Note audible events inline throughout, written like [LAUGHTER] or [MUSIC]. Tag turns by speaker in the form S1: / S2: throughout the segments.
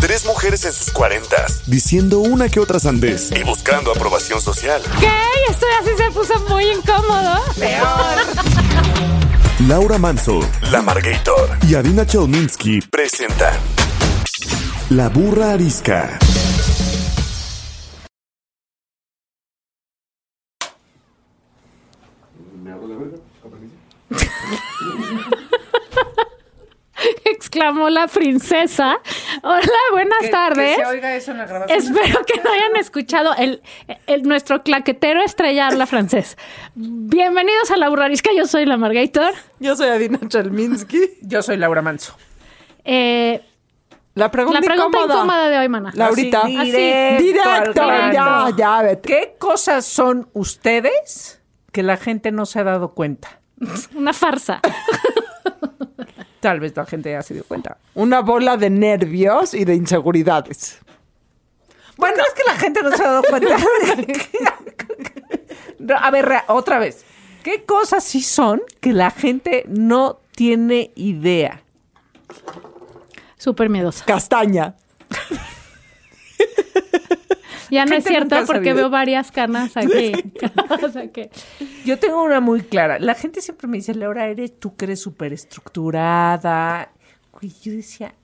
S1: Tres mujeres en sus cuarentas, diciendo una que otra sandez y buscando aprobación social.
S2: ¿Qué? Esto así se puso muy incómodo. [LAUGHS]
S1: Laura Manso, La Margator y Adina Chelminsky presentan La Burra Arisca.
S2: Exclamó la princesa. Hola, buenas
S3: Que-
S2: tardes.
S3: Que se oiga eso en la grabación.
S2: Espero que no hayan escuchado el, el- nuestro claquetero estrellar la francés. Bienvenidos a La Burrarisca, yo soy la Margator.
S4: Yo soy Adina Chalminsky.
S3: Yo soy Laura Manso.
S2: Eh,
S4: La pregunta,
S2: la pregunta incómoda.
S4: incómoda.
S2: de hoy, mana.
S4: Laurita.
S3: Así,
S2: Así,
S3: directo.
S4: Directo.
S3: al grano.
S4: Ya, ya, vete.
S3: ¿Qué cosas son ustedes que la gente no se ha dado cuenta?
S2: Una farsa. [LAUGHS]
S3: Tal vez la gente ya se dio cuenta.
S4: Una bola de nervios y de inseguridades.
S3: Bueno, es que la gente no se ha dado cuenta. [LAUGHS] No, A ver, re- otra vez. ¿Qué cosas sí son que la gente no tiene idea?
S2: Súper miedosa.
S4: Castaña.
S2: Ya no es
S3: Gente
S2: cierto
S3: nunca ha
S2: porque
S3: sabido.
S2: veo varias canas aquí.
S3: [LAUGHS]
S2: [LAUGHS] o sea que...
S3: Yo tengo una muy clara. La gente siempre me dice, Laura, eres tú que eres súper estructurada. Güey, yo decía,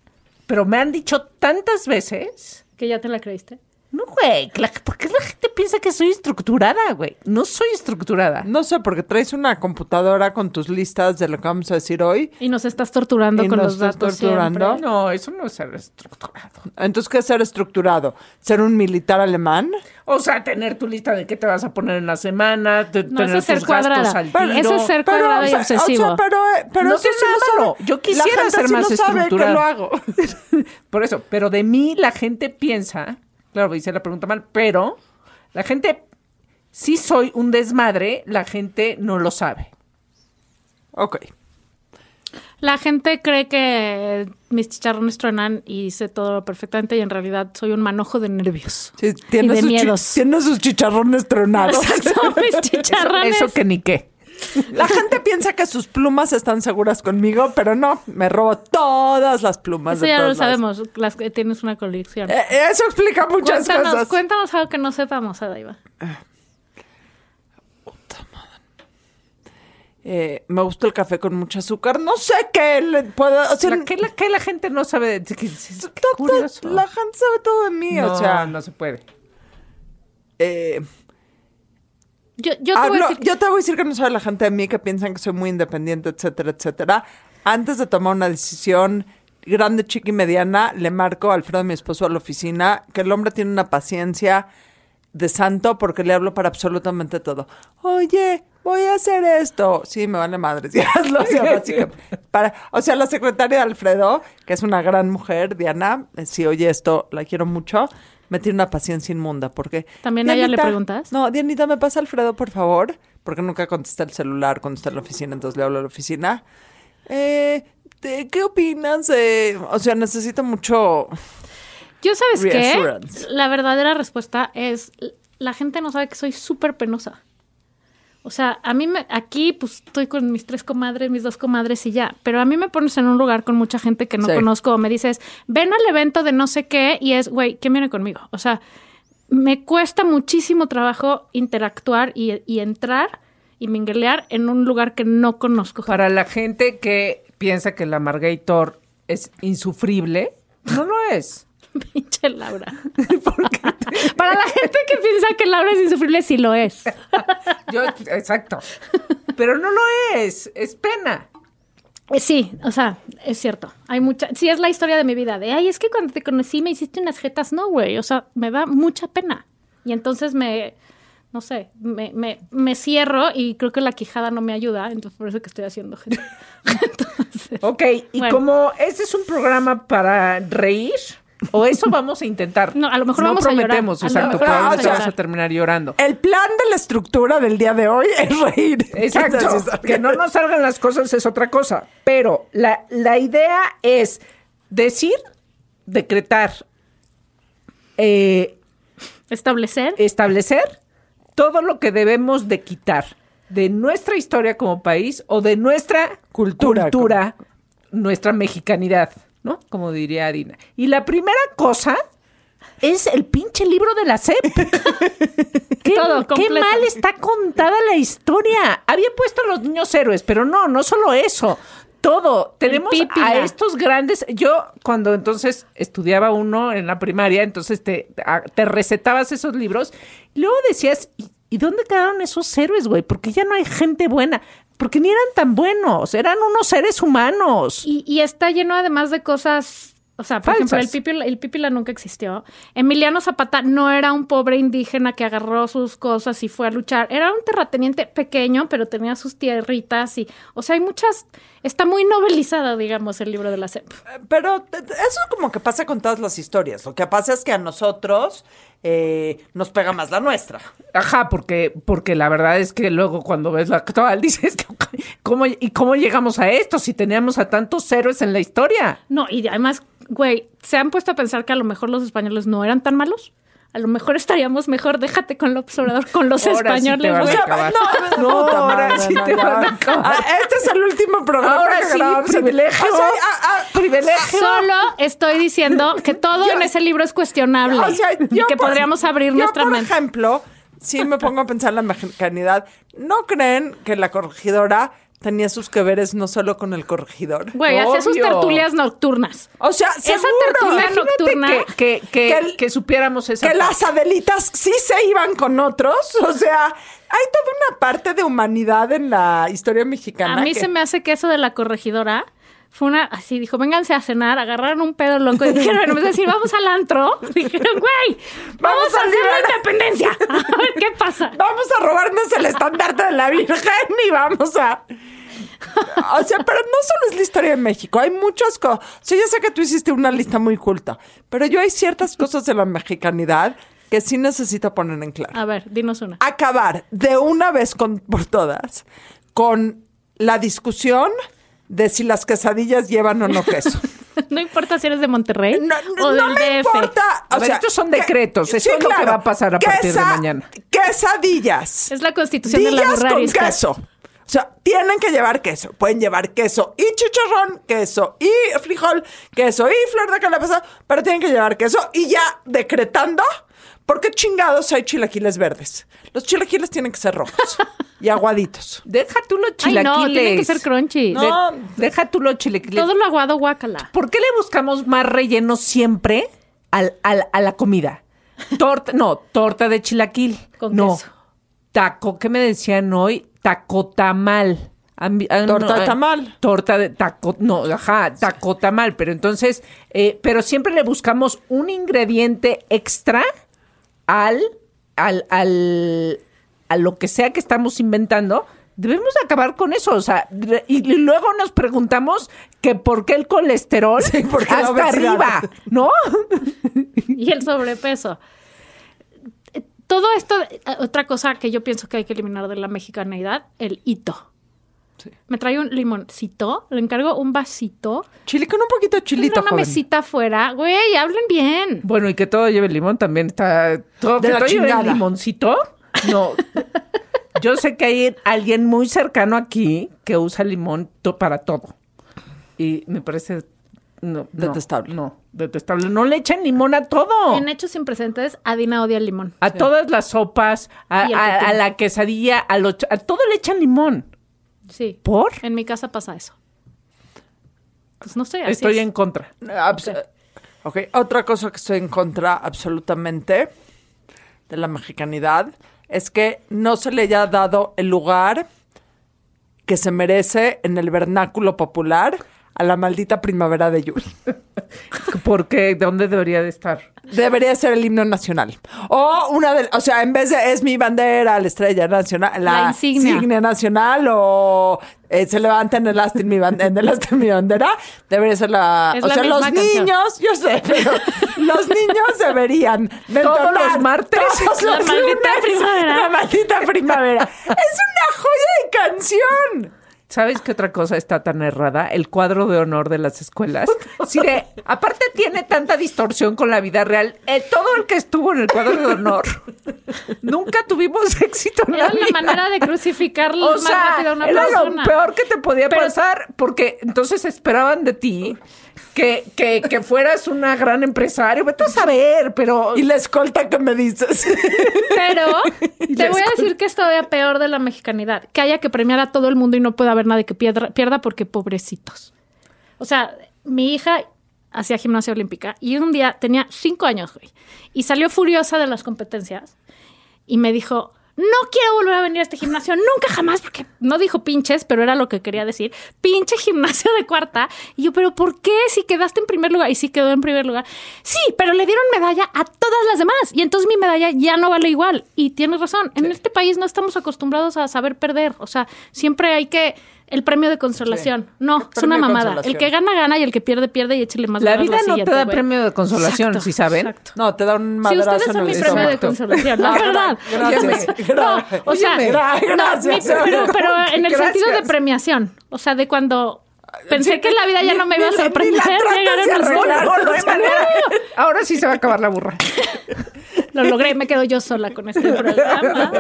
S3: pero me han dicho tantas veces.
S2: que ya te la creíste.
S3: No, güey, que la- ¿por qué la gente piensa que soy estructurada, güey? No soy estructurada.
S4: No sé, porque traes una computadora con tus listas de lo que vamos a decir hoy.
S2: Y nos estás torturando
S4: Y
S2: con
S4: nos
S2: los
S4: estás
S2: datos
S4: torturando.
S2: siempre.
S3: No, eso no es ser estructurado.
S4: Entonces, ¿qué es ser estructurado? ¿Ser un militar alemán?
S3: O sea, tener tu lista de qué te vas a poner en la semana, te-
S2: No, eso
S3: tener
S2: es ser
S3: tus gastos
S2: cuadrada.
S3: al
S2: Pero-
S3: tiro.
S2: Eso es ser- cuadrado y
S4: o sea,
S2: obsesivo.
S4: o sea, pero, eh, pero
S3: No
S4: eso
S3: tiene
S4: sí
S3: nada
S4: lo
S3: malo.
S4: sabe.
S3: Yo
S4: La
S3: quisiera
S4: gente
S3: ser
S4: sí
S3: más
S4: lo sabe que
S3: estructurada.
S4: lo hago.
S3: [LAUGHS] Por eso, pero de mí la gente piensa, claro, hice la pregunta mal, pero la gente, si soy un desmadre, la gente no lo sabe.
S4: Ok.
S2: La gente cree que mis chicharrones truenan y sé todo perfectamente y en realidad soy un manojo de nervios.
S4: Sí, tiene,
S2: y de
S4: sus chi-
S2: miedos.
S4: tiene sus chicharrones tronados. [LAUGHS]
S2: Exacto, mis chicharrones.
S3: Eso que ni qué.
S4: La gente piensa que sus plumas están seguras conmigo, pero no, me robo todas las plumas
S2: Eso
S4: de
S2: ya lo
S4: todos lados.
S2: sabemos, las que tienes una colección.
S4: Eh, Eso explica muchas
S2: cuéntanos,
S4: cosas.
S2: cuéntanos algo que no sepamos, Adaiva.
S4: Eh, me gusta el café con mucho azúcar. No sé qué le puedo. O sea,
S3: La, que, la, que la gente no sabe. de- que-
S4: to-
S3: qué
S4: to-
S3: curioso.
S4: la gente sabe todo de mí.
S3: No,
S4: o sea,
S3: no se puede.
S4: eh,
S2: Yo, yo te
S4: hablo-
S2: voy a decir,
S4: yo te voy a decir que Ah, no sabe la gente de mí, que piensan que soy muy independiente, etcétera, etcétera. Antes de tomar una decisión grande, chica y mediana, le marco a Alfredo, mi esposo, a la oficina, que el hombre tiene una paciencia de santo porque le hablo para absolutamente todo. Oye, voy a hacer esto. Sí, me vale madre. sí, [LAUGHS] hazlo,
S2: [LAUGHS]
S4: o sea, básicamente. Para- o sea, la secretaria de Alfredo, que es una gran mujer, Diana, eh, si oye esto, la quiero mucho, me tiene una paciencia inmunda porque...
S2: ¿También a ella le
S4: "Dianita,
S2: preguntas?
S4: No, Dianita, ¿me pasa Alfredo, por favor? Porque nunca contesta el celular cuando está en la oficina, entonces le hablo a la oficina. Eh, te- ¿Qué opinas? de- o sea, necesito mucho...
S2: yo sabes qué,
S4: Reassurance.
S2: la verdadera respuesta es, la gente no sabe que soy súper penosa. O sea, a mí me, aquí pues estoy con mis tres comadres, mis dos comadres y ya, pero a mí me pones en un lugar con mucha gente que no
S4: Sí.
S2: conozco, me dices, ven al evento de no sé qué y es, güey, ¿quién viene conmigo? O sea, me cuesta muchísimo trabajo interactuar y, y entrar y minglear en un lugar que no conozco.
S3: Para la gente que piensa que la Margator es insufrible, no lo es.
S2: [LAUGHS] Pinche
S4: [LAUGHS]
S2: Laura. [LAUGHS] Para la gente que piensa que Laura es insufrible, sí lo es.
S3: Yo, exacto.
S4: [LAUGHS]
S3: Pero no lo es. Es pena.
S2: Eh, Sí, o sea, es cierto. Hay mucha. Sí, es la historia de mi vida. De ay, es que cuando te conocí me hiciste unas jetas, no, güey. O sea, me da mucha pena. Y entonces me. No sé, me, me, me cierro y creo que la quijada no me ayuda, entonces por eso que estoy haciendo gente. [LAUGHS] Entonces,
S3: Ok, y
S2: Bueno.
S3: como este es un programa para reír, O eso
S2: [LAUGHS]
S3: vamos a intentar.
S2: No, a lo mejor vamos a llorar.
S3: prometemos,
S2: A lo
S3: exacto,
S2: mejor
S3: pero
S4: vamos a
S3: ahorita vas a
S2: llorar.
S3: terminar llorando.
S4: El plan de la estructura del día de hoy es reír. [LAUGHS]
S3: Exacto.
S4: Entonces,
S3: Que no nos salgan las cosas es otra cosa. Pero la, la idea es decir, decretar, eh,
S2: Establecer.
S3: establecer todo lo que debemos de quitar de nuestra historia como país o de nuestra
S4: Cultura,
S3: cultura, nuestra mexicanidad, ¿no? Como diría Adina. Y la primera cosa es el pinche libro de la SEP. ¿Qué,
S2: Todo,
S3: qué
S2: completo.
S3: mal está contada la historia. Había puesto a los niños héroes, pero no, no solo eso. Todo. Tenemos a este
S2: Pípila.
S3: estos grandes. Yo, cuando entonces estudiaba uno en la primaria, entonces te, a- te recetabas esos libros. y Luego decías, ¿y, y dónde quedaron esos héroes, güey? Porque ya no hay gente buena. Porque ni eran tan buenos. Eran unos seres humanos.
S2: Y, y está lleno además de cosas. O sea, por
S3: Falsas.
S2: ejemplo, el pípila, el pípila nunca existió. Emiliano Zapata no era un pobre indígena que agarró sus cosas y fue a luchar. Era un terrateniente pequeño, pero tenía sus tierritas y. O sea, hay muchas. Está muy novelizada, digamos, el libro de la E CEP.
S4: Pero te- te- eso como que pasa con todas las historias. Lo que pasa es que a nosotros eh, nos pega más la nuestra.
S3: Ajá, porque, porque la verdad es que luego cuando ves la actual [LAUGHS] dices, ¿cómo, ¿y cómo llegamos a esto si teníamos a tantos héroes en la historia?
S2: No, y además, güey, se han puesto a pensar que a lo mejor los españoles no eran tan malos. A lo mejor estaríamos mejor, déjate con López Obrador, con los
S3: Ahora sí te
S2: españoles.
S3: van a
S2: güey.
S3: acabar.
S4: no,
S3: [LAUGHS] No,
S4: puta
S3: ahora sí te
S4: ya.
S3: van a acabar.
S4: Ah, este es el último programa.
S3: Ahora
S4: que
S3: sí,
S4: grabamos.
S3: privilegio.
S4: O sea, ah, ah,
S3: Privilegio.
S2: Solo estoy diciendo que todo
S4: Yo-
S2: en ese libro es cuestionable
S4: O
S2: [LAUGHS]
S4: sea,
S2: y
S4: yo
S2: que
S4: por-
S2: podríamos abrir
S4: yo,
S2: nuestra
S4: por
S2: mente.
S4: ejemplo, si me pongo a pensar en la mexicanidad, ¿no creen que la corregidora tenía sus que veres no solo con el corregidor?
S2: Güey, hacía sus
S3: Obvio.
S2: tertulias nocturnas.
S4: O sea,
S2: Esa
S4: seguro.
S2: tertulia
S4: Imagínate
S2: nocturna
S3: Que, que, que,
S4: Que el-
S3: que supiéramos esa
S4: que
S3: parte.
S4: las Adelitas sí se iban con otros. O sea, hay toda una parte de humanidad en la historia mexicana.
S2: A mí
S4: que-
S2: se me hace que eso de la corregidora fue una así, dijo, vénganse a cenar, agarraron un pedo loco y dijeron, en vez de decir, vamos al antro, [LAUGHS] dijeron, güey, vamos,
S4: Vamos
S2: a
S4: a
S2: hacer la
S4: liberar-
S2: independencia.
S4: [LAUGHS]
S2: [LAUGHS] A ver qué pasa.
S4: Vamos a robarnos el estandarte de la Virgen y vamos a. O sea, pero no solo es la historia de México, hay muchas cosas. O sea, yo sé que tú hiciste una lista muy culta, pero yo hay ciertas cosas de la mexicanidad que sí necesito poner en claro.
S2: A ver, dinos una.
S4: acabar de una vez con, por todas con la discusión de si las quesadillas llevan o no queso.
S2: No importa si eres de Monterrey
S4: No, no-
S2: o del
S4: no me
S2: DF.
S4: importa.
S3: A ver, estos son decretos, eso es lo que va a pasar a partir de mañana.
S4: Quesadillas.
S2: Es la constitución de la
S4: Dillas con
S2: burrarisca.
S4: queso. O sea, tienen que llevar queso. Pueden llevar queso y chicharrón, queso y frijol, queso y flor de calabaza, pero tienen que llevar queso y ya decretando, ¿por qué chingados hay chilaquiles verdes? Los chilaquiles tienen que ser
S2: [LAUGHS]
S4: rojos y aguaditos.
S3: Deja tú los
S2: Ay,
S3: chilaquiles.
S2: no, tienen que ser crunchy.
S3: De- Deja tú los chilaquiles.
S2: Todo lo aguado, guácala.
S3: ¿Por qué le buscamos más relleno siempre al, al- a la comida? Torta, no, torta de chilaquil.
S2: Con
S3: no.
S2: queso.
S3: Taco, ¿qué me decían hoy? Taco tamal. Han vi- han-
S4: Torta de
S3: eh,
S4: tamal.
S3: Torta de taco, no, ajá, taco tamal. Pero entonces, eh, pero siempre le buscamos un ingrediente extra al, al, al, a lo que sea que estamos inventando, debemos acabar con eso. O sea, re- y y luego nos preguntamos que por qué el [LAUGHS] colesterol
S4: ¿por qué la
S3: hasta
S4: obesidad?
S3: arriba, ¿no?
S2: y el sobrepeso. Todo esto, eh, otra cosa que yo pienso que hay que eliminar de la mexicanidad, el hito. Me trae un limoncito, le encargo un vasito.
S4: Chile con un poquito de
S2: Tendrá
S4: chilito,
S2: una
S4: joven.
S2: mesita afuera. Güey, hablen bien.
S3: [LAUGHS] Bueno, y que todo lleve limón también está. Todo,
S4: De
S3: que
S4: la
S3: todo lleve
S4: chingada.
S3: limoncito. No. [LAUGHS] Yo sé que hay alguien muy cercano aquí que usa limón to- para todo. Y me parece. No, no,
S4: Detestable.
S3: No, detestable. No le echen limón a todo.
S2: En hechos sin precedentes, Adina odia el limón.
S3: A todas las sopas, a,
S2: Y el
S3: a-
S2: pepino.
S3: a la quesadilla, a, los ch- a todo le echan limón.
S2: Sí.
S3: ¿Por?
S2: En mi casa pasa eso. Pues no sé, así
S3: Estoy
S2: es.
S3: en contra.
S4: Abs- ok, otra cosa que estoy en contra absolutamente de la mexicanidad es que no se le haya dado el lugar que se merece en el vernáculo popular a la maldita primavera de Yuri.
S3: ¿Por qué? ¿Dónde debería de estar?
S4: Debería ser el himno nacional. O una de, o sea, en vez de es mi bandera, la estrella nacional, la,
S2: La insignia.
S4: nacional o eh, se levanta en el asta mi bandera, en el asta mi bandera, debería ser la,
S2: Es
S4: o
S2: la
S4: sea,
S2: misma
S4: los
S2: canción.
S4: niños, yo sé, pero los niños deberían de
S3: Todos
S4: entonar
S3: los martes.
S4: todos
S2: La
S4: los
S2: maldita
S4: lunes,
S2: primavera.
S4: la maldita primavera. Es una joya de canción.
S3: ¿Sabes qué otra cosa está tan errada? El cuadro de honor de las escuelas. Sí, de- aparte tiene tanta distorsión con la vida real. Eh, todo el que estuvo en el cuadro de honor, nunca tuvimos éxito en la
S2: Era la
S3: vida.
S2: manera de crucificar
S3: O
S2: más
S3: sea,
S2: rápido a una
S3: era
S2: persona.
S3: lo peor que te podía
S2: Pero-
S3: pasar, porque entonces esperaban de ti que, que, que fueras una gran empresario. Vete a saber, pero...
S4: Y la escolta que me dices.
S2: Pero te voy a
S3: escuela.
S2: decir que es todavía peor de la mexicanidad. Que haya que premiar a todo el mundo y no pueda haber nadie que pierda, pierda porque pobrecitos. O sea, mi hija hacía gimnasia olímpica y un día tenía cinco años, güey, y salió furiosa de las competencias y me dijo, no quiero volver a venir a este gimnasio, nunca jamás, porque no dijo pinches, pero era lo que quería decir, pinche gimnasio de cuarta. Y yo, pero ¿por qué si quedaste en primer lugar? Y sí quedó en primer lugar. Sí, pero le dieron medalla a todas las demás y entonces mi medalla ya no vale igual. Y tienes razón, en este país no estamos acostumbrados a saber perder, o sea, siempre hay que... El premio de consolación. No, es una
S4: premio de
S2: mamada. El
S4: consolación.
S2: que gana, gana y el que pierde, pierde y échele más
S3: La
S2: ganas
S3: vida no te
S2: siguiente,
S3: da
S2: güey.
S3: premio de consolación,
S2: Exacto,
S3: ¿sí saben?
S2: exacto.
S4: No, te da un
S2: Si
S4: madrazo
S2: ustedes
S4: en
S2: son
S4: el
S2: mi premio
S4: estómago.
S2: de
S4: [LAUGHS]
S2: consolación, la verdad.
S4: Gracias.
S2: No, o sea,
S4: Óyeme. Gra-
S2: no,
S4: [LAUGHS] gracias.
S2: mi- pero,
S4: [LAUGHS]
S2: pero en el
S4: Gracias.
S2: sentido de premiación, o sea, de cuando pensé
S4: Sí,
S2: que la vida ya
S4: ni-
S2: no me iba a
S4: ni la-
S2: sorprender,
S4: ni la tratas
S2: llegaron
S4: de
S2: los
S3: No,
S4: arreglar.
S2: goles.
S3: no,
S2: [LAUGHS]
S3: no hay manera. Ahora sí se va a acabar la burra.
S2: lo logré, me quedo yo sola con
S4: [LAUGHS]
S2: este programa.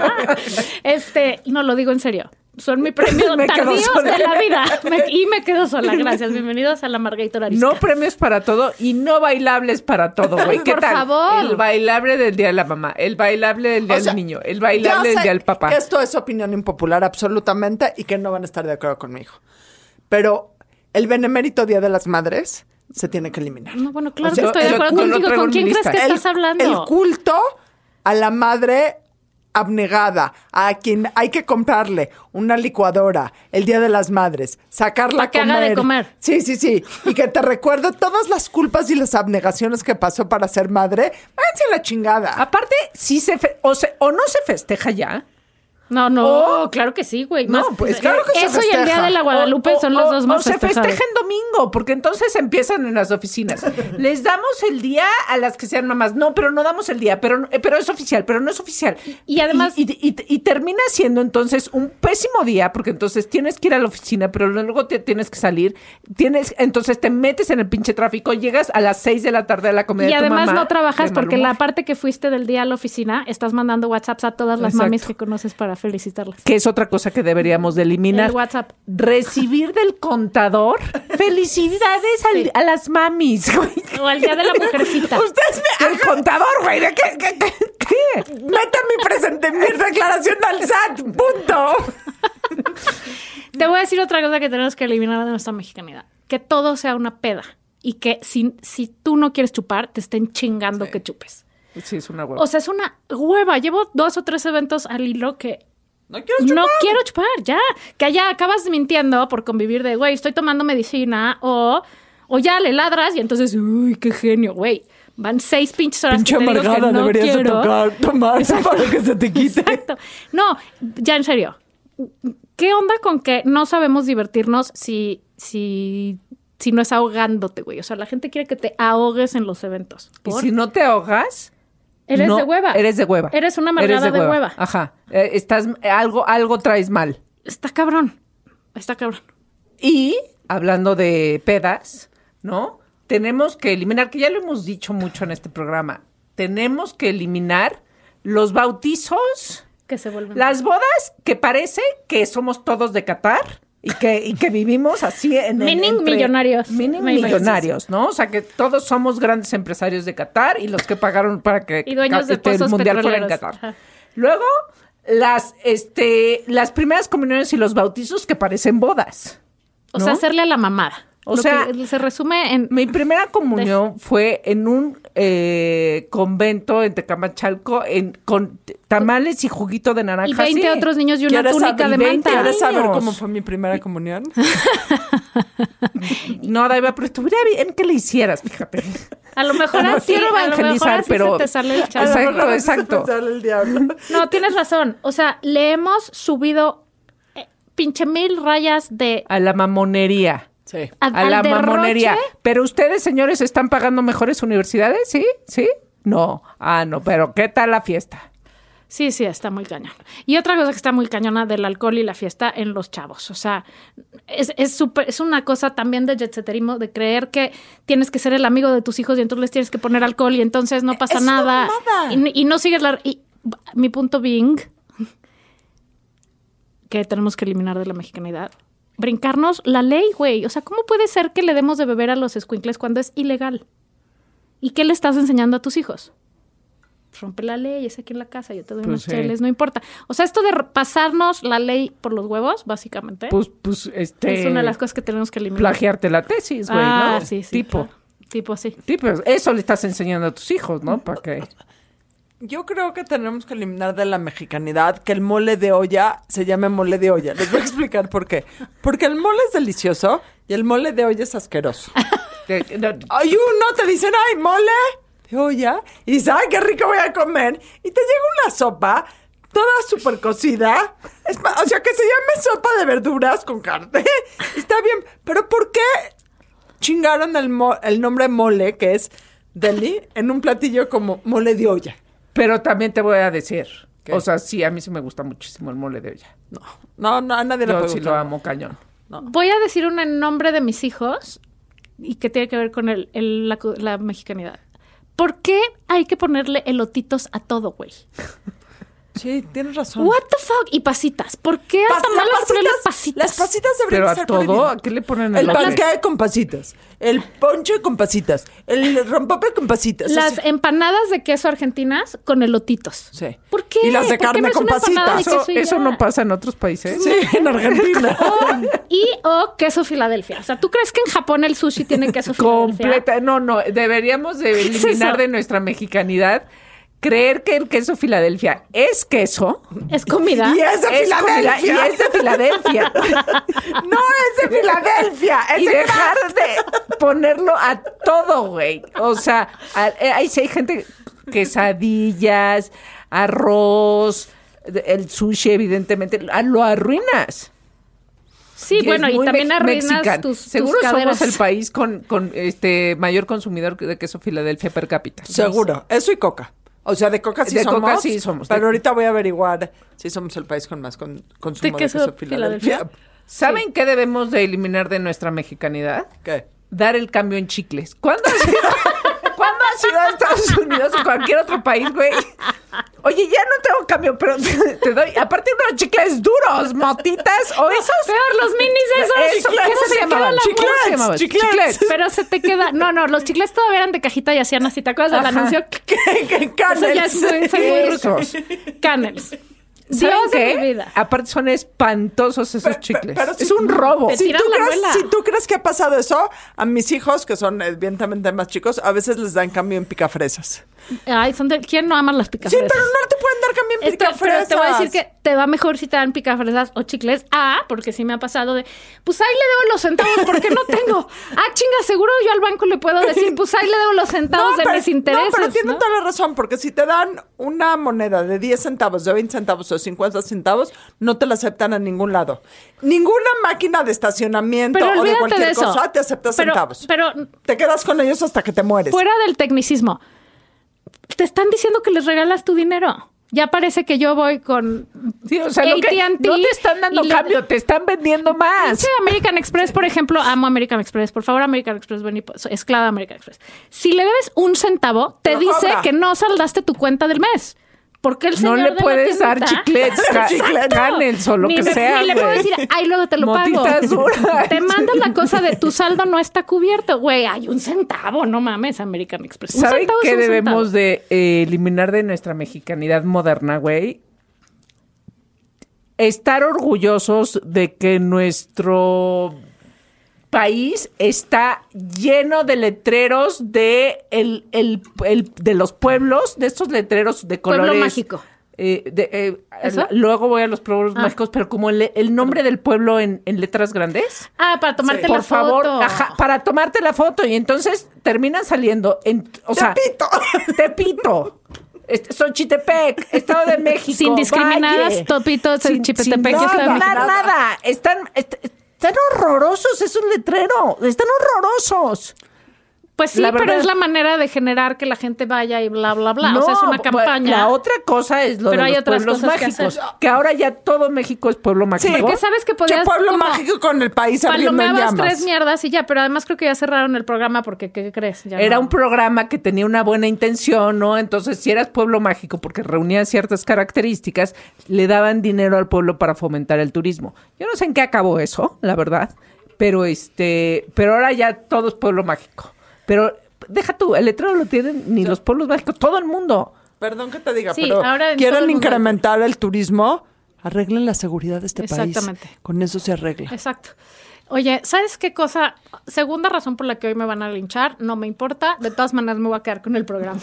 S2: Este, no lo digo en serio. Son mi
S4: [LAUGHS]
S2: premio
S3: Me quedo
S2: tardío
S3: sola.
S2: de la vida. Me- y me quedo sola, gracias. Bienvenidos a la Margarita Arisca.
S3: No premios para todo y no bailables para todo,
S4: [LAUGHS]
S3: güey. ¿Qué
S2: Por
S3: tal?
S2: favor.
S3: El bailable del día de la mamá, el bailable del día
S4: O sea,
S3: del niño, el bailable
S4: yo
S3: del
S4: sé
S3: día del papá.
S4: que Esto es opinión impopular absolutamente y que no van a estar de acuerdo conmigo. Pero el benemérito Día de las Madres se tiene que eliminar.
S2: No, bueno, claro
S3: O sea,
S2: que estoy
S3: yo-
S2: de acuerdo
S3: yo lo
S2: contigo.
S3: traigo
S2: ¿Con
S3: en
S2: quién
S3: mi
S2: crees que
S3: lista.
S2: estás hablando?
S4: El culto a la madre abnegada, a quien hay que comprarle una licuadora el Día de las Madres, sacarla
S2: Pa' que
S4: a comer.
S2: haga de comer.
S4: Sí, sí, sí. Y que te recuerde todas las culpas y las abnegaciones que pasó para ser madre. Váyanse a la chingada.
S2: Ah,
S3: Aparte, sí se fe- o, se- o no se festeja ya.
S2: No, no,
S3: O-
S2: claro que sí, güey.
S3: No,
S2: Más-
S3: pues,
S2: eh,
S3: claro
S4: que se
S2: Eso y el Día
S4: festeja.
S2: de la Guadalupe
S3: O- o-
S2: son los
S3: o-
S2: dos más
S3: O se festeja
S2: festejados.
S3: en domingo, porque entonces empiezan en las oficinas. Les damos el día a las que sean mamás. No, pero no damos el día, pero, no- eh, pero es oficial, pero no es oficial.
S2: Y además-
S3: Y, y- y- y termina siendo entonces un pésimo día, porque entonces tienes que ir a la oficina, pero luego te tienes que salir. tienes Entonces te metes en el pinche tráfico, llegas a las 6 de la tarde a la comida
S2: Y
S3: de tu
S2: además
S3: mamá,
S2: no trabajas
S3: de mal
S2: porque
S3: humor.
S2: la parte que fuiste del día a la oficina estás mandando WhatsApps a todas las
S3: Exacto.
S2: mamis que conoces para felicitarlas.
S3: que es otra cosa que deberíamos de eliminar.
S2: El WhatsApp.
S3: Recibir del contador felicidades al-
S2: Sí.
S3: a las mamis, güey.
S2: O al día de la mujercita.
S3: Ustedes me... El contador, güey. ¿de qué, qué, qué, qué?
S4: Meta mi, presente, mi declaración al SAT, punto.
S2: Te voy a decir otra cosa que tenemos que eliminar de nuestra mexicanidad. Que todo sea una peda. Y que si, si tú no quieres chupar, te estén chingando que chupes.
S3: Sí, es una hueva.
S2: O sea, es una hueva. Llevo dos o tres eventos al hilo que
S4: No quiero
S2: No quiero chupar, ya. Que ya acabas mintiendo por convivir de, güey, estoy tomando medicina o, o ya le ladras y entonces, uy, qué genio, güey. Van seis pinches horas
S4: Pinche
S2: que te digo
S4: amargada,
S2: que no
S4: deberías de
S2: quiero.
S4: tocar, tomar para que se te quite.
S2: Exacto. No, ya en serio. ¿Qué onda con que no sabemos divertirnos si, si, si no es ahogándote, güey? O sea, la gente quiere que te ahogues en los eventos.
S3: y
S2: ¿Por?
S3: si no te ahogas...
S2: Eres
S3: no-
S2: de hueva.
S3: Eres de hueva.
S2: Eres una amargada de, hueva.
S3: Ajá. Eh, estás... eh, Algo, algo traes mal.
S2: Está cabrón. Está cabrón.
S3: Y hablando de pedas, ¿no? Tenemos que eliminar, que ya lo hemos dicho mucho en este programa, tenemos que eliminar los bautizos,
S2: Que se vuelven.
S3: las bodas que parece que somos todos de Qatar. Y que, y que vivimos así en
S2: Meaning millonarios.
S3: Meaning
S2: Me imagino.
S3: millonarios, ¿no? O sea, que todos somos grandes empresarios de Qatar y los que pagaron para que
S2: Y dueños de
S3: este, el
S2: pozos
S3: mundial fuera en
S2: petroleros.
S3: Qatar.
S2: Ajá.
S3: Luego, las, este, las primeras comuniones y los bautizos que parecen bodas.
S2: O
S3: ¿no?
S2: sea, hacerle a la mamada.
S3: O
S2: Lo
S3: sea,
S2: que se resume en
S3: mi primera comunión fue en un eh, convento en Tecamachalco en, con t- tamales y juguito de naranja.
S2: y 20
S3: sí.
S2: otros niños y una
S4: ¿Quieres
S2: túnica
S4: saber-
S2: de
S3: 20
S2: manta.
S4: ¿Quieres saber
S3: niños.
S4: cómo fue mi primera [LAUGHS] comunión?
S3: No, Daiva, pero estuviera bien que le hicieras,
S2: [LAUGHS]
S3: fíjate.
S2: A lo mejor
S3: No
S2: así,
S3: quiero
S2: a lo mejor
S3: evangelizar,
S2: así
S3: pero-
S2: se te sale el chavo.
S3: Exacto,
S4: A lo mejor así
S3: [LAUGHS]
S4: se
S3: exacto.
S4: me sale el diablo.
S2: No, tienes razón. O sea, le hemos subido eh, pinche mil rayas de
S3: A la mamonería.
S4: Sí.
S2: Al-
S3: a la
S2: al derroche.
S3: mamonería. Pero ustedes, señores, están pagando mejores universidades, ¿sí? ¿Sí? No. Ah, no, pero ¿qué tal la fiesta?
S2: Sí, sí, está muy cañón. Y otra cosa que está muy cañona del alcohol y la fiesta en los chavos. O sea, es, es, súper- es una cosa también de jetseterismo, de creer que tienes que ser el amigo de tus hijos y entonces les tienes que poner alcohol y entonces no pasa
S4: E, Es
S2: nada.
S4: mamada.
S2: Y, y no sigues la... y- mi punto Bing, que tenemos que eliminar de la mexicanidad, brincarnos la ley, güey. O sea, ¿cómo puede ser que le demos de beber a los escuincles cuando es ilegal? ¿Y qué le estás enseñando a tus hijos? Pues Rompe la ley, es aquí en la casa, yo te doy
S3: Pues
S2: unas
S3: sí.
S2: chelas, no importa. O sea, esto de r- pasarnos la ley por los huevos, básicamente,
S3: Pues, pues, este...
S2: ¿Eh? es una de las cosas que tenemos que eliminar.
S3: Plagiarte la tesis, güey,
S2: ah,
S3: ¿no?
S2: sí, sí.
S3: Tipo.
S2: claro. Tipo, sí.
S3: tipo, eso le estás enseñando a tus hijos, ¿no? ¿Para qué?
S4: Yo creo que tenemos que eliminar de la mexicanidad que el mole de olla se llame mole de olla. Les voy a explicar por qué. Porque el mole es delicioso y el mole de olla es asqueroso.
S3: Te- no,
S4: Hay uno, te dicen, ay, mole de olla. Y dices, ay, qué rico voy a comer. Y te llega una sopa toda súper cocida. Es ma- o sea, que se llame sopa de verduras con carne. [LAUGHS] Está bien, pero ¿por qué chingaron el, mo- el nombre mole, que es deli, en un platillo como mole de olla?
S3: Pero también te voy a decir, o sea, sí, a mí sí me gusta muchísimo el mole de olla.
S4: No, no, no a nadie le
S3: Yo
S4: puede
S3: sí lo
S4: gustar.
S3: amo cañón.
S2: Voy a decir un en nombre de mis hijos y que tiene que ver con el, el- la, cu- la mexicanidad. ¿Por qué hay que ponerle elotitos a todo, güey?
S4: Sí, tienes razón.
S2: What the fuck? Y pasitas. ¿Por qué
S4: Pas-
S2: hasta
S4: las
S2: malas ponerle
S4: pasitas-
S2: pasitas?
S4: Las pasitas [LAUGHS] deberían
S3: Pero a
S4: ser
S3: todo,
S4: prohibidas.
S3: ¿a qué le ponen
S4: El
S3: el
S4: panqueque con pasitas, el ponche con pasitas, el rompope con pasitas.
S2: Las
S4: así.
S2: empanadas de queso argentinas con elotitos.
S4: Sí.
S2: ¿Por qué?
S4: Y las de
S2: ¿Por qué
S4: carne
S2: no es
S4: con
S2: una empanada de
S4: pasitas.
S3: Eso,
S2: queso y
S3: eso
S2: ya?
S3: no pasa en otros países.
S4: Sí, en Argentina.
S2: Y o queso Filadelfia. O sea, ¿tú crees que en Japón el sushi tiene queso Filadelfia?
S3: Completa, no, no, deberíamos
S4: [LAUGHS]
S3: de
S2: es
S3: eliminar
S2: eso?
S3: de nuestra mexicanidad creer que el queso Filadelfia es queso.
S2: Es comida.
S4: [LAUGHS] Y es de
S3: es comida [LAUGHS]
S4: Filadelfia.
S3: y es de Filadelfia.
S4: No es de Filadelfia, [LAUGHS] es
S3: y
S4: de
S3: dejar de ponerlo a todo, güey. O sea, a- eh, hay, sí hay gente, quesadillas, arroz, de- el sushi, evidentemente, a- lo arruinas.
S2: Sí,
S3: es
S2: bueno, y
S3: muy
S2: también
S3: mex-
S2: arruinas
S3: mexican.
S2: tus, tus
S3: Seguro
S2: caderas.
S3: somos el país con, con este mayor consumidor de queso Filadelfia per cápita.
S4: Seguro, eso y coca. O sea, de coca sí
S3: De
S4: somos.
S3: coca sí somos.
S4: Pero
S3: De-
S4: ahorita voy a averiguar si somos el país con más con- consumo de queso,
S2: queso
S4: Filadelfia.
S2: Filadelfia?
S3: ¿Saben qué debemos de eliminar de nuestra mexicanidad?
S4: ¿Qué?
S3: Dar el cambio en chicles. ¿Cuándo has ido, [LAUGHS] ¿cuándo has ido a Estados Unidos o cualquier otro país, güey? Oye, ya no tengo cambio, pero te, te doy, aparte unos chicles duros, motitas o esos...
S2: Peor, los
S3: [LAUGHS]
S2: minis esos.
S3: Eso,
S2: que
S3: ¿cómo se
S2: te
S3: llamaban?
S2: queda la
S3: Chiclets,
S2: boca.
S3: llamaban? chiclets.
S2: Pero se te queda. No, no, los chicles todavía eran de cajita y hacían así. ¿Te acuerdas del
S3: Ajá. [LAUGHS]
S2: anuncio?
S4: ¿Qué? ¿Qué?
S2: Eso ya es muy, soy muy ruca.
S3: Esos.
S2: Canels.
S3: ¿Saben
S2: Dios
S3: qué?
S2: de mi vida.
S3: Aparte son espantosos esos chicles. es un robo.
S2: Te
S4: Si
S2: tiran
S4: tú,
S2: la
S4: crees,
S2: muela.
S4: si tú crees que ha pasado eso, a mis hijos, que son evidentemente más chicos, a veces les dan cambio en picafresas.
S2: Ay, son de- ¿quién no ama las
S4: Sí,
S2: picafresas?
S4: pero no te pueden dar cambio en
S2: Esto- pero
S4: picafresas.
S2: te voy a decir que te va mejor si te dan picafresas o chicles. Ah, porque sí me ha pasado de, pues ahí le debo los centavos porque no
S4: [LAUGHS]
S2: tengo. Ah, chinga, seguro yo al banco le puedo decir, pues ahí le debo los centavos de mis intereses.
S4: No, pero tienen
S2: ¿no?
S4: toda la razón, porque si te dan una moneda de 10 centavos, de 20 centavos o 50 centavos, no te la aceptan a ningún lado. Ninguna máquina de estacionamiento
S2: Pero
S4: o de
S2: olvídate
S4: cualquier
S2: de eso.
S4: cosa te acepta
S2: Pero-
S4: centavos.
S2: pero-
S4: te quedas con ellos hasta que te mueres.
S2: Fuera del tecnicismo, te están diciendo que les regalas tu dinero. Ya parece que yo voy con
S3: Sí, o sea, lo que-
S2: AT&T
S3: no te están dando
S2: y le-
S3: cambio, te están vendiendo más.
S2: Sí, American Express, por ejemplo, amo American Express. Por favor, American Express, ven y po- soy esclava de American Express. Si le debes un centavo, te
S4: Pero
S2: dice
S4: cobra.
S2: que no saldaste tu cuenta del mes. Porque el
S3: No
S2: señor
S3: le
S2: de la
S3: puedes dar
S2: tiendita- [LAUGHS]
S3: chiclets, ca-
S4: Exacto.
S3: canels o lo
S2: Ni
S3: que
S2: le-
S3: sea.
S2: Ni le
S3: güey.
S2: puedo decir, ay, luego te lo
S3: Motitas
S2: pago.
S3: duras.
S2: Te mandan la cosa de tu saldo no está cubierto. Güey, hay un centavo, no mames, American Express. Un
S3: ¿Saben
S2: centavo es
S3: qué
S2: un
S3: debemos
S2: centavo.
S3: de eh, eliminar de nuestra mexicanidad moderna, güey? Estar orgullosos de que nuestro país está lleno de letreros de, el, el- el- de los pueblos, de estos letreros de
S2: Pueblo
S3: colores.
S2: mágico.
S3: Eh, de, eh,
S2: ¿Eso?
S3: luego voy a los pueblos
S2: Ah.
S3: mágicos, pero como el, el nombre del pueblo en, en letras grandes.
S2: Ah, para tomarte la
S3: Por favor,
S2: foto.
S3: ajá, para tomarte la foto. Y entonces terminan saliendo en. O sea, [LAUGHS]
S4: Tepito.
S3: Tepito. Este, Xochitepec, Estado de México.
S2: [LAUGHS] Sin discriminadas,
S3: Valle.
S2: Topito,
S3: Sin- sin
S2: Xochitepec,
S3: nada,
S2: Estado de México.
S3: nada, nada. Están, est- están horrorosos esos letreros. Están horrorosos.
S2: Pues sí,
S3: La
S2: pero
S3: verdad-
S2: es la manera de generar que la gente vaya y bla, bla, bla. o sea, es una
S3: bu-
S2: campaña.
S3: pues, La otra cosa es lo
S2: Pero
S3: de
S2: hay
S3: los
S2: otras
S3: pueblos
S2: cosas que
S3: mágicos.
S2: hacer.
S3: Que, ahora ya todo México es pueblo mágico.
S2: Porque sabes que
S4: Che
S2: podías...
S4: pueblo
S2: como
S4: mágico con el país ardiendo en
S2: Palomeabas
S4: llamas.
S2: tres mierdas y ya, pero además creo que ya cerraron el programa porque, ¿qué crees? Ya
S3: Era
S2: no.
S3: un programa que tenía una buena intención, ¿no? Entonces, si eras pueblo mágico porque reunía ciertas características, le daban dinero al pueblo para fomentar el turismo. Yo no sé en qué acabó eso, la verdad, pero este, pero ahora ya todo es pueblo mágico. Pero deja tú, el letrero lo tienen ni los pueblos mágicos, todo el mundo.
S4: Perdón que te diga,
S2: Sí,
S4: pero
S2: ahora en todo
S4: quieren
S2: el mundo.
S4: incrementar el turismo, arreglen la seguridad de este país.
S2: Exactamente.
S4: Con eso se arregla.
S2: Exacto. Oye, ¿sabes qué cosa? Segunda razón por la que hoy me van a linchar, no me importa. De todas maneras me voy a quedar con el programa.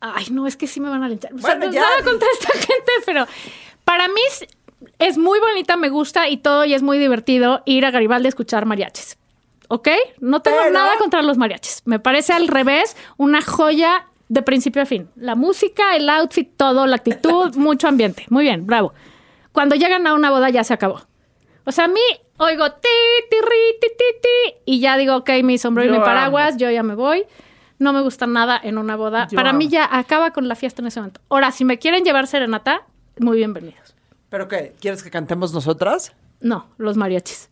S2: Ay, no, es que sí me van a linchar. O sea,
S4: Bueno,
S2: no
S4: ya.
S2: nada contra esta [LAUGHS] gente, pero para mí es, es muy bonita, me gusta y todo, y es muy divertido ir a Garibaldi a escuchar mariachis. ¿Ok? No tengo
S4: Pero-
S2: nada contra los mariachis. Me parece al revés una joya de principio a fin. La música, el outfit, todo, la actitud, [LAUGHS] mucho ambiente. Muy bien, bravo. Cuando llegan a una boda ya se acabó. O sea, a mí oigo ti, ti, ri, ti, ti, ti, y ya digo, ok, mi sombrero y
S3: Yo
S2: mi
S3: amo.
S2: paraguas, yo ya me voy. No me gusta nada en una boda.
S3: Yo
S2: Para mí
S3: amo.
S2: ya acaba con la fiesta en ese momento. Ahora, si me quieren llevar serenata, muy bienvenidos.
S4: ¿Pero qué? ¿Quieres que cantemos nosotras?
S2: No, los mariachis.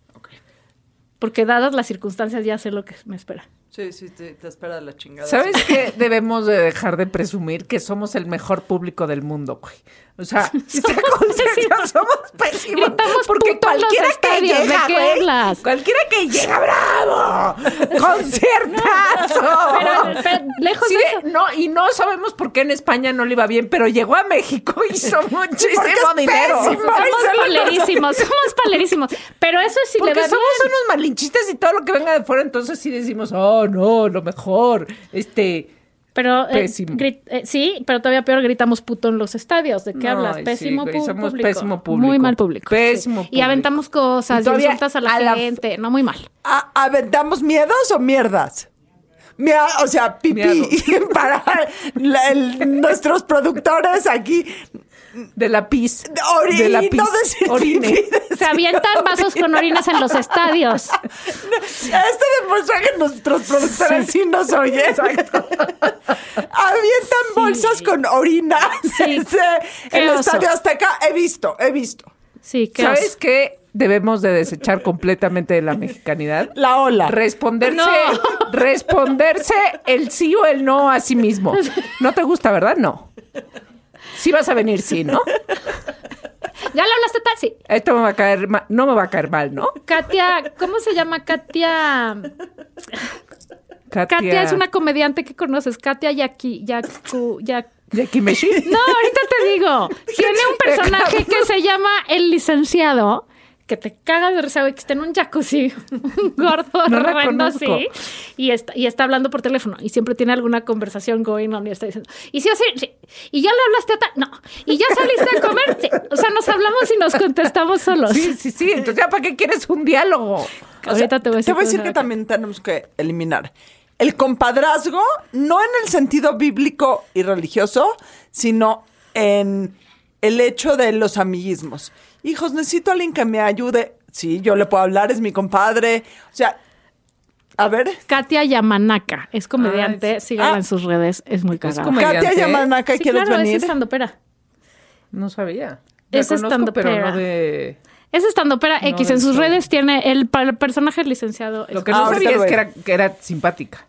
S2: Porque dadas las circunstancias ya sé lo que me espera.
S4: Sí, sí, te, espera la chingada.
S3: ¿Sabes qué? Debemos de dejar de presumir que somos el mejor público del mundo, güey. O sea,
S2: [LAUGHS]
S3: esta concesión, somos pésimos.
S2: Gritamos
S3: porque
S2: puto en los
S3: cualquiera que
S2: estadios, ¿de
S3: llega,
S2: qué
S3: güey,
S2: hablas?
S3: cualquiera que llega,
S2: [LAUGHS]
S3: bravo, conciertazo.
S2: Pero, pero, lejos
S3: Sí,
S2: de eso.
S3: No, y no sabemos por qué en España no le iba bien, pero llegó a México
S2: [LAUGHS]
S3: y hizo muchísimo
S4: es
S3: dinero.
S4: pésimo. Ay,
S2: Somos
S4: se
S3: [LAUGHS]
S4: lo-
S2: palerísimos, somos palerísimos. Pero eso sí le
S3: Porque
S2: va
S3: somos
S2: bien.
S3: unos malinchistas y todo lo que venga de fuera, entonces sí decimos, oh, no, lo mejor. Este,
S2: Pero, eh,
S3: Pésimo.
S2: grit- eh, sí, pero todavía peor gritamos puto en los estadios. ¿De qué
S3: No,
S2: hablas?
S3: ay,
S2: Pésimo
S3: sí, güey,
S2: pu-
S3: somos
S2: público.
S3: pésimo público.
S2: Muy mal público.
S3: Pésimo
S2: Y
S3: público.
S2: aventamos cosas,
S3: Y
S2: y
S3: todavía
S2: insultas a la
S3: a la-
S2: gente.
S3: [LAUGHS]
S2: No, muy mal.
S4: ¿A- ¿Aventamos miedos o mierdas? Mia- o sea, pipí [LAUGHS] para la- el- nuestros productores aquí.
S3: de la PIS.
S4: Ori-
S3: de la
S4: no
S3: PIS.
S4: decir
S3: Orine.
S4: pipí.
S2: Se avientan vasos con orinas en los estadios.
S4: Esto demuestra que nuestros productores sí, nos oyen. Exacto. Avientan bolsas con orina. [LAUGHS]
S2: Sí.
S4: Este,
S2: Qué
S4: el
S2: oso.
S4: Estadio Azteca he visto, he visto.
S2: Sí, qué oso.
S3: ¿Sabes qué? Debemos de desechar completamente de la mexicanidad.
S4: La ola.
S3: Responderse,
S2: No.
S3: responderse el sí o el no a sí mismo. No te gusta, ¿verdad? No. Sí vas a venir, sí, ¿no?
S2: ¿Ya le hablaste tal? Sí.
S3: Esto me va a caer ma- no me va a caer mal, ¿no?
S2: Katia, ¿cómo se llama Katia? Katia, es una comediante que conoces. Katia Yaki, Yaku, Yak-
S3: Jackie Meshi.
S2: [LAUGHS] No, ahorita te digo. Tiene un personaje que se llama El Licenciado, que te cagas de risa, güey, que está en un jacuzzi, un gordo,
S3: No la
S2: horrendo así,
S3: conozco.
S2: y está, y está hablando por teléfono, y siempre tiene alguna conversación going on, y está diciendo, y sí, o sí, sí. y ya le hablaste a tal, no, y ya saliste a comer, Sí. o sea, nos hablamos y nos contestamos solos.
S3: Sí, sí, sí. Entonces, ¿ya para qué quieres un diálogo?
S4: O sea,
S2: ahorita te voy a decir, cómo se
S4: que
S2: llama.
S4: también tenemos que eliminar el compadrazgo, no en el sentido bíblico y religioso, sino en el hecho de los amiguismos. Hijos, necesito a alguien que me ayude. Sí, yo le puedo hablar, es mi compadre. O sea, a ver.
S2: Katia Yamanaka, es comediante,
S3: Ay,
S2: síganla
S4: Ah.
S2: en sus redes, es muy cagada.
S3: como- Comediante.
S4: Katia Yamanaka,
S2: Sí,
S4: ¿quieres
S2: claro,
S4: venir?
S2: es estandopera.
S3: No sabía. La
S2: Es
S3: conozco,
S2: estandopera.
S3: pero no de...
S2: Es estandopera
S3: No,
S2: X,
S3: de
S2: en sus
S3: esto.
S2: redes tiene el, pa- el personaje licenciado.
S3: Lo que
S4: Ah,
S3: no
S4: ahorita
S3: sabía
S4: lo
S3: es que
S4: veo.
S3: era, que era simpática.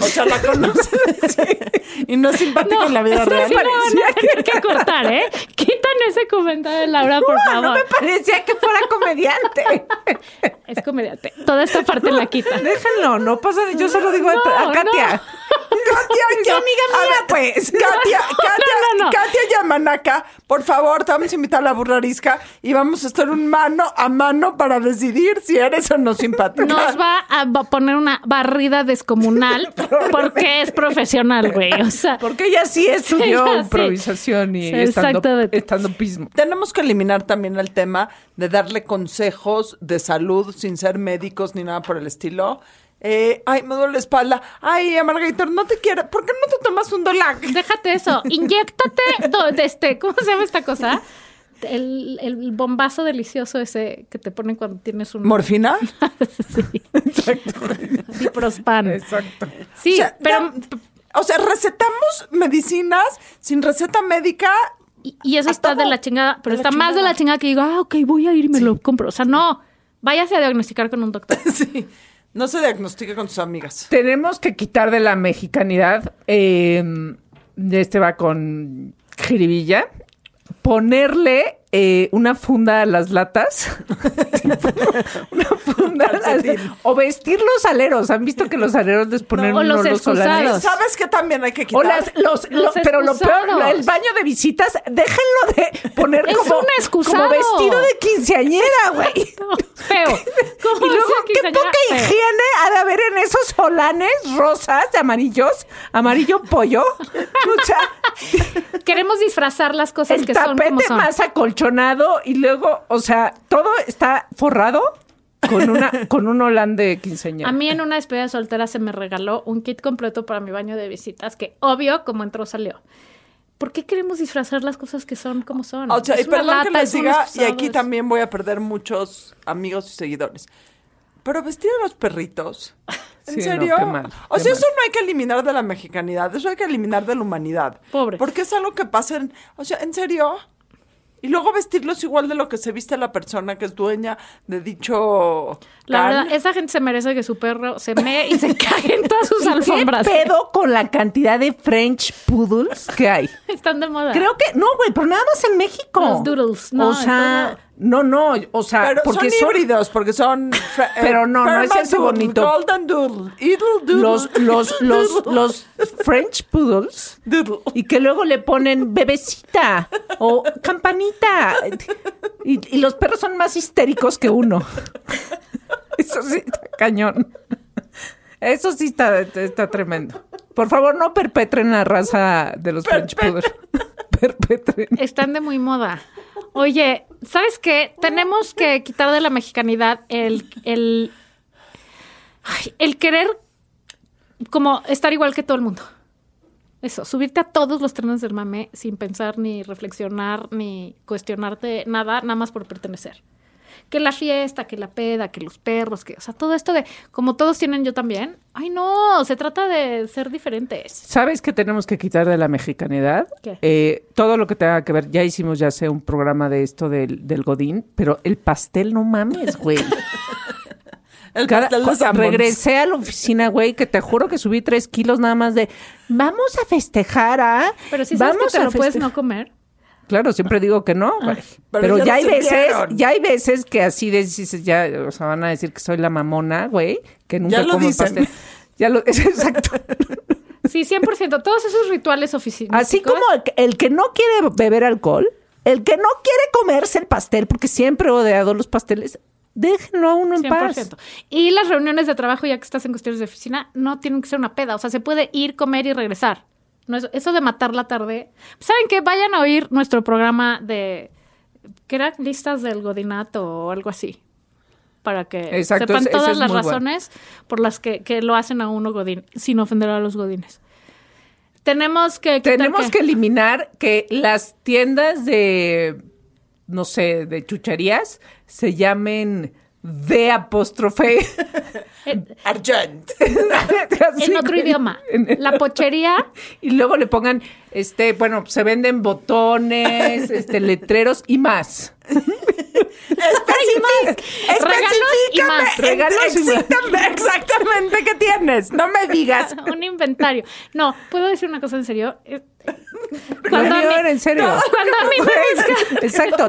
S4: O sea, la conoces. sí. [LAUGHS] Y no es simpático en la vida
S2: esto
S4: real.
S2: sí lo
S3: [LAUGHS]
S2: van a tener que cortar, ¿eh? Quitan ese comentario de Laura, por
S3: No,
S2: favor.
S3: Ah, no me parecía que fuera
S2: [LAUGHS]
S3: comediante. [LAUGHS]
S2: Es comediante. Toda esta parte la quitan.
S3: Déjenlo, no pasa. Yo solo digo a-
S2: No,
S3: a Katia.
S2: no. [LAUGHS]
S4: Katia,
S5: Pues, amiga
S4: a
S5: mía, pues.
S4: Katia,
S2: No,
S4: Katia,
S2: no, no.
S4: Katia Yamanaka, por favor, te vamos a invitar a la burrarisca y vamos a estar un mano a mano para decidir si eres o no simpática.
S2: Nos va a va- poner una barrida
S3: [LAUGHS]
S2: descomunal porque es profesional, güey. O sea,
S3: Porque ella
S2: [LAUGHS]
S3: sí estudió
S2: Sí, ya sé.
S3: improvisación y
S2: Sí,
S3: estando,
S2: exactamente.
S3: estando pismo.
S4: Tenemos que eliminar también el tema de darle consejos de salud sin ser médicos ni nada por el estilo. Eh, ay, me duele la espalda. Ay, Amargator, no te quiero. ¿Por qué no te tomas un Dolac?
S2: déjate eso. Inyéctate, do- de este, ¿cómo se llama esta cosa? El, el bombazo delicioso ese que te ponen cuando tienes un...
S4: ¿Morfina?
S2: [LAUGHS] sí. Diprospan.
S3: Exacto.
S2: Sí,
S4: O sea,
S2: pero...
S4: ya- o sea, recetamos medicinas sin receta médica.
S2: Y, y eso
S4: A
S2: está de
S4: todo.
S2: la chingada, pero
S4: De la
S2: está más de
S4: chingada.
S2: la chingada que digo, ah, ok, voy a ir y me lo compro. O sea, no, váyase a diagnosticar con un doctor. [LAUGHS]
S4: Sí. No se diagnostica con sus amigas.
S3: Tenemos que quitar de la mexicanidad, eh, este va con jiribilla, ponerle eh, una funda a las latas, [LAUGHS] una funda a las- o vestir los aleros. ¿Han visto que los aleros les ponen
S2: o
S3: uno
S2: los
S3: solares?
S2: excusados.
S4: ¿Sabes qué también hay que
S3: O
S4: quitar?
S3: las, los,
S2: Los
S3: lo- pero lo peor,
S2: excusados.
S3: el baño de visitas, déjenlo de poner
S2: Es
S3: como,
S2: un excusado.
S3: como vestido de quinceañera,
S2: [LAUGHS]
S3: güey.
S4: [LAUGHS]
S2: Feo.
S3: Y luego, qué poca higiene ha de haber en esos solanes rosas, amarillos, amarillo
S2: [LAUGHS]
S3: pollo. O sea,
S2: Queremos disfrazar las cosas
S3: el
S2: que son como
S3: tapete
S2: son.
S3: más acolchonado y luego, o sea, todo está forrado con
S2: [LAUGHS]
S3: una con un holán de quinceañera.
S2: A mí en una despedida soltera se me regaló un kit completo para mi baño de visitas, que obvio, como entró, salió. ¿Por qué queremos disfrazar las cosas que son como son?
S4: O sea, y
S2: Es una
S4: perdón que
S2: lata,
S4: les
S2: es un
S4: diga, y
S2: excusado,
S4: aquí
S2: es-
S4: también voy a perder muchos amigos y seguidores. Pero vestir a los perritos. ¿En
S3: Sí, no,
S4: serio?
S3: qué mal,
S4: o
S3: qué
S4: sea,
S3: mal.
S4: eso no hay que eliminar de la mexicanidad, eso hay que eliminar de la humanidad.
S2: Pobre.
S4: Porque es algo que pasa en. O sea, ¿en serio? Y luego vestirlos igual de lo que se viste la persona que es dueña de dicho.
S2: La
S4: can.
S2: verdad, esa gente se merece que su perro se mee y se cague
S3: [LAUGHS]
S2: en todas sus
S3: ¿Y ¿Qué
S2: alfombras.
S3: pedo con la cantidad de French poodles que hay?
S2: Están de moda.
S3: Creo que no, güey, pero nada más en México.
S2: Los doodles, no,
S3: O sea, no, no, o sea,
S4: Pero
S3: Ah, porque
S4: son
S3: son,
S4: híbridos,
S3: [LAUGHS]
S4: porque son. fra- eh,
S3: Pero no, no es
S4: Burma
S3: ese
S4: Doodle,
S3: bonito.
S4: Golden Doodle, Idle Doodle.
S3: los
S2: [LAUGHS]
S3: los
S4: Idle
S3: los
S4: Doodle,
S3: los French poodles
S4: Doodle.
S3: y que luego le ponen bebecita o campanita. Y, y los perros son más histéricos que uno. [LAUGHS] Eso sí está cañón. Eso sí está, está tremendo. Por favor, no perpetren la raza de los French poodles. [LAUGHS] Perpetren.
S2: Están de muy moda. Oye, ¿sabes qué? Tenemos que quitar de la mexicanidad el, el, ay, el querer como estar igual que todo el mundo. Eso, subirte a todos los trenes del mame sin pensar ni reflexionar ni cuestionarte nada, nada más por pertenecer. Que la fiesta, que la peda, que los perros, que, o sea, todo esto de como todos tienen yo también. Ay, no, se trata de ser diferentes.
S3: ¿Sabes qué tenemos que quitar de la mexicanidad?
S2: ¿Qué?
S3: Eh, todo lo que tenga que ver, ya hicimos ya sé un programa de esto del, del Godín, pero el pastel no mames,
S2: [LAUGHS]
S3: güey.
S4: El
S3: Cada-
S4: pastel de
S3: cu-
S4: Sanborns.
S3: regresé a la oficina, güey, que te juro que subí tres kilos nada más de vamos a festejar, ¿ah?
S2: Pero si sabes
S3: vamos
S2: que te lo puedes
S3: feste-
S2: no Ah. comer.
S3: Claro, siempre digo que no, güey.
S4: pero
S3: pero
S4: ya
S3: ya,
S4: lo
S3: hay veces,
S4: sirvieron.
S3: ya hay veces que así de- dices, ya, o sea, van a decir que soy la mamona, güey, que nunca
S4: lo
S3: como
S4: dicen.
S3: pastel. Ya lo, [LAUGHS] es exacto.
S2: Sí, 100%. Todos esos rituales oficinas.
S3: Así como el, que- el que no quiere beber alcohol, el que no quiere comerse el pastel, porque siempre he odiado los pasteles, déjenlo a uno en paz.
S2: 100%. Y las reuniones de trabajo, ya que estás en cuestiones de oficina, no tienen que ser una peda. O sea, se puede ir, comer y regresar. No, eso, eso de matar la tarde. ¿Saben qué? Vayan a oír nuestro programa de. que era listas del Godinato o algo así. Para que
S3: Exacto,
S2: sepan
S3: ese- ese
S2: todas
S3: es
S2: las
S3: muy bueno.
S2: razones por las que, que lo hacen a uno Godín, sin ofender a los Godines. Tenemos que. quitar
S3: Tenemos que eliminar que las tiendas de, no sé, de chucherías se llamen de apóstrofe. [LAUGHS]
S4: Argent.
S3: Así,
S2: En otro
S3: güey.
S2: idioma.
S3: [LAUGHS] En-
S2: La pochería.
S3: Y luego le pongan, este, bueno, se venden
S2: [LAUGHS]
S3: botones, este, letreros y más.
S4: Especific,
S2: Regalos [LAUGHS] y más.
S4: especifícame,
S3: Regalos y más.
S4: exactame- exactamente qué tienes. No me digas.
S2: un inventario. No, ¿puedo decir una cosa
S3: [LAUGHS]
S2: en serio? Eh,
S3: Reunión, en serio. [LAUGHS]
S2: cuando a mí me buscan-
S3: Exacto.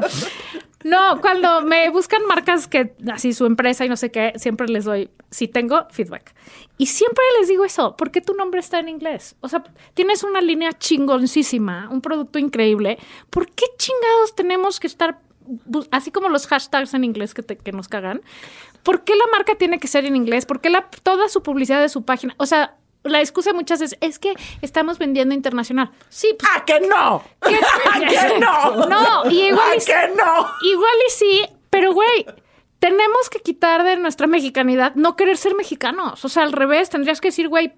S2: No, cuando me buscan marcas que así su empresa y no sé qué, siempre les doy, si tengo feedback. Y siempre les digo eso, ¿por qué tu nombre está en inglés? O sea, tienes una línea chingoncísima, un producto increíble. ¿Por qué chingados tenemos que estar, bu- así como los hashtags en inglés que, te- que nos cagan? ¿Por qué la marca tiene que ser en inglés? ¿Por qué la, toda su publicidad de su página? O sea, la excusa muchas veces es que estamos vendiendo internacional. Sí, pues
S3: ¡Ah, que no!
S2: ¿Qué?
S3: ¡Ah, que no!
S2: No, y igual
S3: ¡Ah,
S2: y-
S3: que no!
S2: Igual y sí, pero güey, tenemos que quitar de nuestra mexicanidad no querer ser mexicanos. O sea, al revés, tendrías que decir, güey,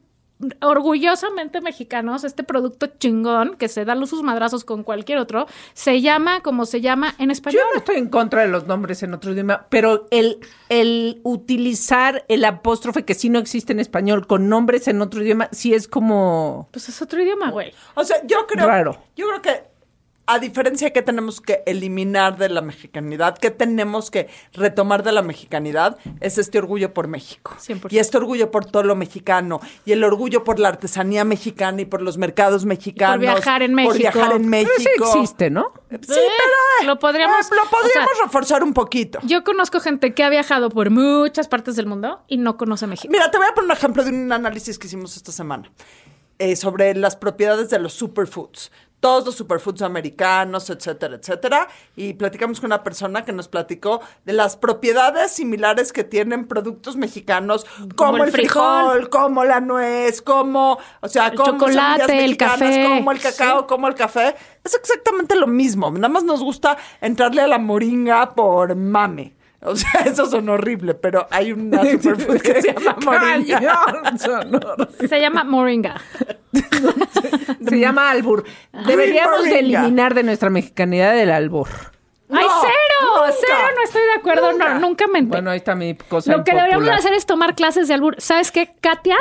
S2: orgullosamente mexicanos, este producto chingón que se da los sus madrazos con cualquier otro, se llama como se llama en
S3: Yo
S2: español.
S3: no estoy en contra de los nombres en otro idioma, pero el, el utilizar el apóstrofe que sí no existe en español con nombres en otro idioma, sí es como...
S2: Pues es otro idioma, güey.
S4: O sea, yo creo.
S3: Raro.
S4: Yo creo que, a diferencia de que tenemos que eliminar de la mexicanidad, que tenemos que retomar de la mexicanidad, es este orgullo por México.
S2: 100%.
S4: Y este orgullo por todo lo mexicano. Y el orgullo por la artesanía mexicana y por los mercados mexicanos.
S2: viajar en
S4: Por
S2: México.
S4: viajar
S3: Pero
S4: en México.
S3: sí existe,
S4: [LAUGHS]
S3: ¿no?
S4: Sí, pero.
S2: Eh,
S4: eh,
S2: lo podríamos-
S4: eh, lo podríamos
S2: o sea-
S4: reforzar un poquito.
S2: Yo conozco gente que ha viajado por muchas partes del mundo y no conoce México.
S4: Mira, te voy a poner un ejemplo de un análisis que hicimos esta semana eh, sobre las propiedades de los superfoods. Todos los superfoods americanos, etcétera, etcétera. Y platicamos con una persona que nos platicó de las propiedades similares que tienen productos mexicanos, como,
S2: el
S4: el, frijol, como la nuez, como, o sea,
S2: El
S4: como
S2: chocolate,
S4: semillas
S2: el
S4: mexicanas,
S2: café.
S4: como el cacao, como el café. Es exactamente lo mismo. Nada más nos gusta entrarle a la moringa por mame. O sea, [LAUGHS] eso son horrible, pero
S3: [LAUGHS]
S4: hay una superfood que se llama moringa.
S3: Cañón, sonoro.
S2: Se llama Moringa.
S3: Se llama albur. Deberíamos de
S4: moringa.
S3: eliminar de nuestra mexicanidad el albur.
S2: [LAUGHS] ¡Ay,
S4: No,
S2: cero!
S4: nunca.
S2: ¡Cero! No estoy de acuerdo.
S4: Nunca.
S2: No, nunca menté.
S3: Bueno, ahí está mi cosa
S2: Lo que deberíamos
S3: impopular.
S2: hacer es tomar clases de albur. ¿Sabes qué? Katia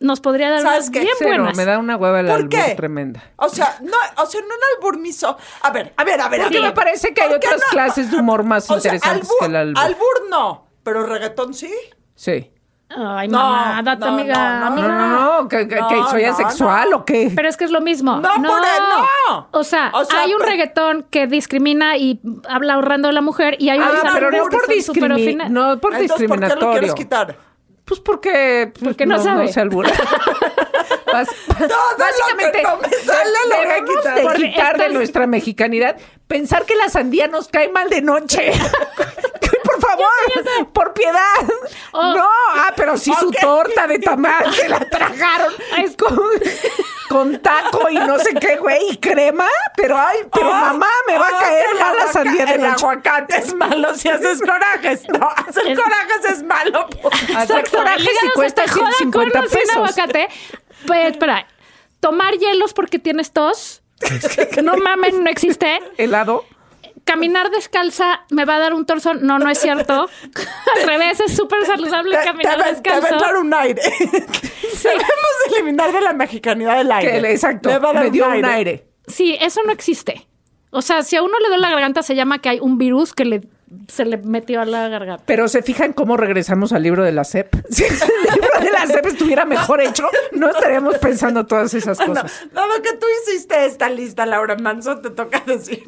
S2: nos podría dar
S4: ¿Sabes
S2: unas
S4: qué?
S2: bien
S3: Cero,
S2: buenas.
S3: me da una hueva el
S4: ¿Por
S3: albur
S4: qué?
S3: tremenda.
S4: O sea, no, o sea, no un alburmiso. A ver, a ver, a ver. a
S3: Porque
S4: ver.
S3: me parece que hay
S4: ¿Por qué
S3: otras clases de humor más
S4: O sea,
S3: interesantes
S4: albur-
S3: que el albur.
S4: Albur no, pero reggaetón sí.
S3: Sí.
S2: Ay,
S4: No,
S2: mamá, date,
S4: no,
S2: amiga.
S4: no, no,
S2: amiga.
S3: No, no, no, que, que-
S4: Ah. No,
S3: que soy
S4: no,
S3: asexual
S4: no.
S3: o qué.
S2: Pero es que es lo mismo.
S4: No, por el- no.
S2: O sea,
S4: O sea,
S2: hay un
S4: pero-
S2: reggaetón que discrimina y habla ahorrando de la mujer y hay
S3: Ah,
S2: unos
S3: pero no
S2: albures que
S3: por,
S2: son súper
S3: discrimi-
S2: ofina-
S3: no por
S4: Entonces, ¿por qué
S3: discriminatorio.
S4: lo quieres quitar?
S3: Pues porque, pues,
S2: Porque no sabe.
S3: se albura.
S2: [LAUGHS]
S3: Bas-
S4: lo que no me sale lo voy a
S3: debemos
S4: quitar.
S3: de
S2: Porque
S3: quitar de
S2: estás-
S3: nuestra mexicanidad pensar que la sandía nos cae mal de noche.
S4: [LAUGHS]
S3: Por favor, por piedad.
S2: Oh.
S3: No, ah, pero sí su
S4: Ok.
S3: torta de tamal se la tragaron
S2: Ay, es-
S3: con, con taco y no sé qué, güey, y crema, pero ay, pero
S4: Ah,
S3: mamá, me va
S4: ah,
S3: a caer
S4: que el
S3: mal la
S4: aguaca-
S3: sandía de
S4: El
S3: noche.
S4: aguacate es malo si haces corajes. No, hacer
S2: Es-
S4: corajes
S3: [LAUGHS]
S4: es malo.
S3: Hacer
S2: Exacto.
S3: corajes
S2: El
S3: y
S2: hígado
S3: cuesta
S2: se te joda
S3: 150
S2: con o sin
S3: pesos.
S2: aguacate. Pero, espera, tomar hielos porque tienes tos. No mames, no existe.
S3: Helado.
S2: Caminar descalza me va a dar un torso. No, no es cierto. Al revés, es súper saludable
S4: Te, te,
S2: caminar
S4: va- te va a
S2: descalzo.
S4: entrar un aire. [LAUGHS] Debemos eliminar de la mexicanidad el aire.
S3: Que le- exacto,
S4: Le va a dar
S3: me dio un aire.
S2: Sí, eso no existe. O sea, si a uno le duele la garganta, se llama que hay un virus que le, se le metió a la garganta.
S3: Pero se fijan cómo regresamos al libro de la CEP. [LAUGHS] Si el libro de la CEP estuviera mejor hecho, no estaríamos pensando todas esas
S4: [LAUGHS] Bueno,
S3: cosas.
S4: dado que tú hiciste esta lista, Laura Manso, te toca [LAUGHS] decir.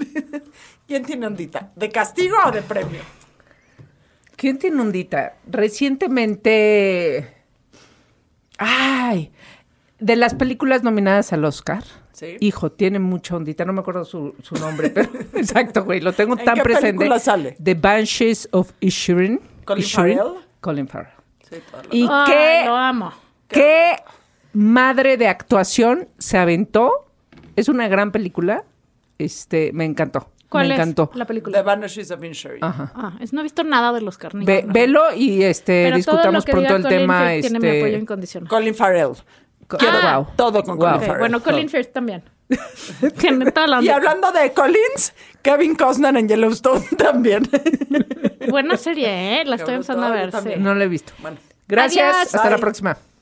S4: ¿Quién tiene ondita? ¿De castigo o de premio?
S3: ¿Quién tiene ondita? Recientemente. Ay. De las películas nominadas al Oscar.
S4: Sí.
S3: Hijo, tiene mucha ondita. No me acuerdo su, su nombre,
S4: [LAUGHS]
S3: pero. [LAUGHS] Exacto, güey. Lo tengo
S4: ¿En
S3: tan
S4: qué
S3: presente.
S4: película sale?
S3: The Banshees of Inisherin.
S4: Colin
S3: Inisherin.
S4: Farrell.
S3: Colin Farrell.
S4: Sí, toda la-
S3: Y
S2: Ay,
S3: qué
S2: Lo amo.
S3: ¿Qué madre de actuación se aventó? Es una gran película. Este, me encantó.
S2: ¿Cuál
S3: me
S2: es
S3: encantó.
S2: la película?
S4: The Vanishes of Insurance.
S2: Ah, es, no he visto nada de los carnívoros.
S3: Ve- velo y este
S2: Pero todo lo
S3: discutamos
S2: que diga
S3: pronto el
S2: Colin
S3: tema.
S2: Firth
S3: Este,
S2: Tiene mi apoyo incondicional.
S4: Colin Farrell.
S3: co-
S2: Quiero- Ah,
S3: wow.
S4: todo con
S3: Wow.
S4: Colin
S2: Ok,
S4: Farrell.
S2: bueno, Colin Firth también. [LAUGHS] Tiene toda la
S4: [LAUGHS] Y
S2: onda.
S4: hablando de Collins, Kevin Costner en Yellowstone [LAUGHS] también.
S2: Buena serie, ¿eh? La estoy
S4: gustó,
S2: empezando a
S4: yo
S2: ver. sí.
S4: también.
S3: No lo he visto.
S4: Bueno.
S3: Gracias.
S2: Adiós.
S3: Hasta la
S4: Bye.
S3: próxima.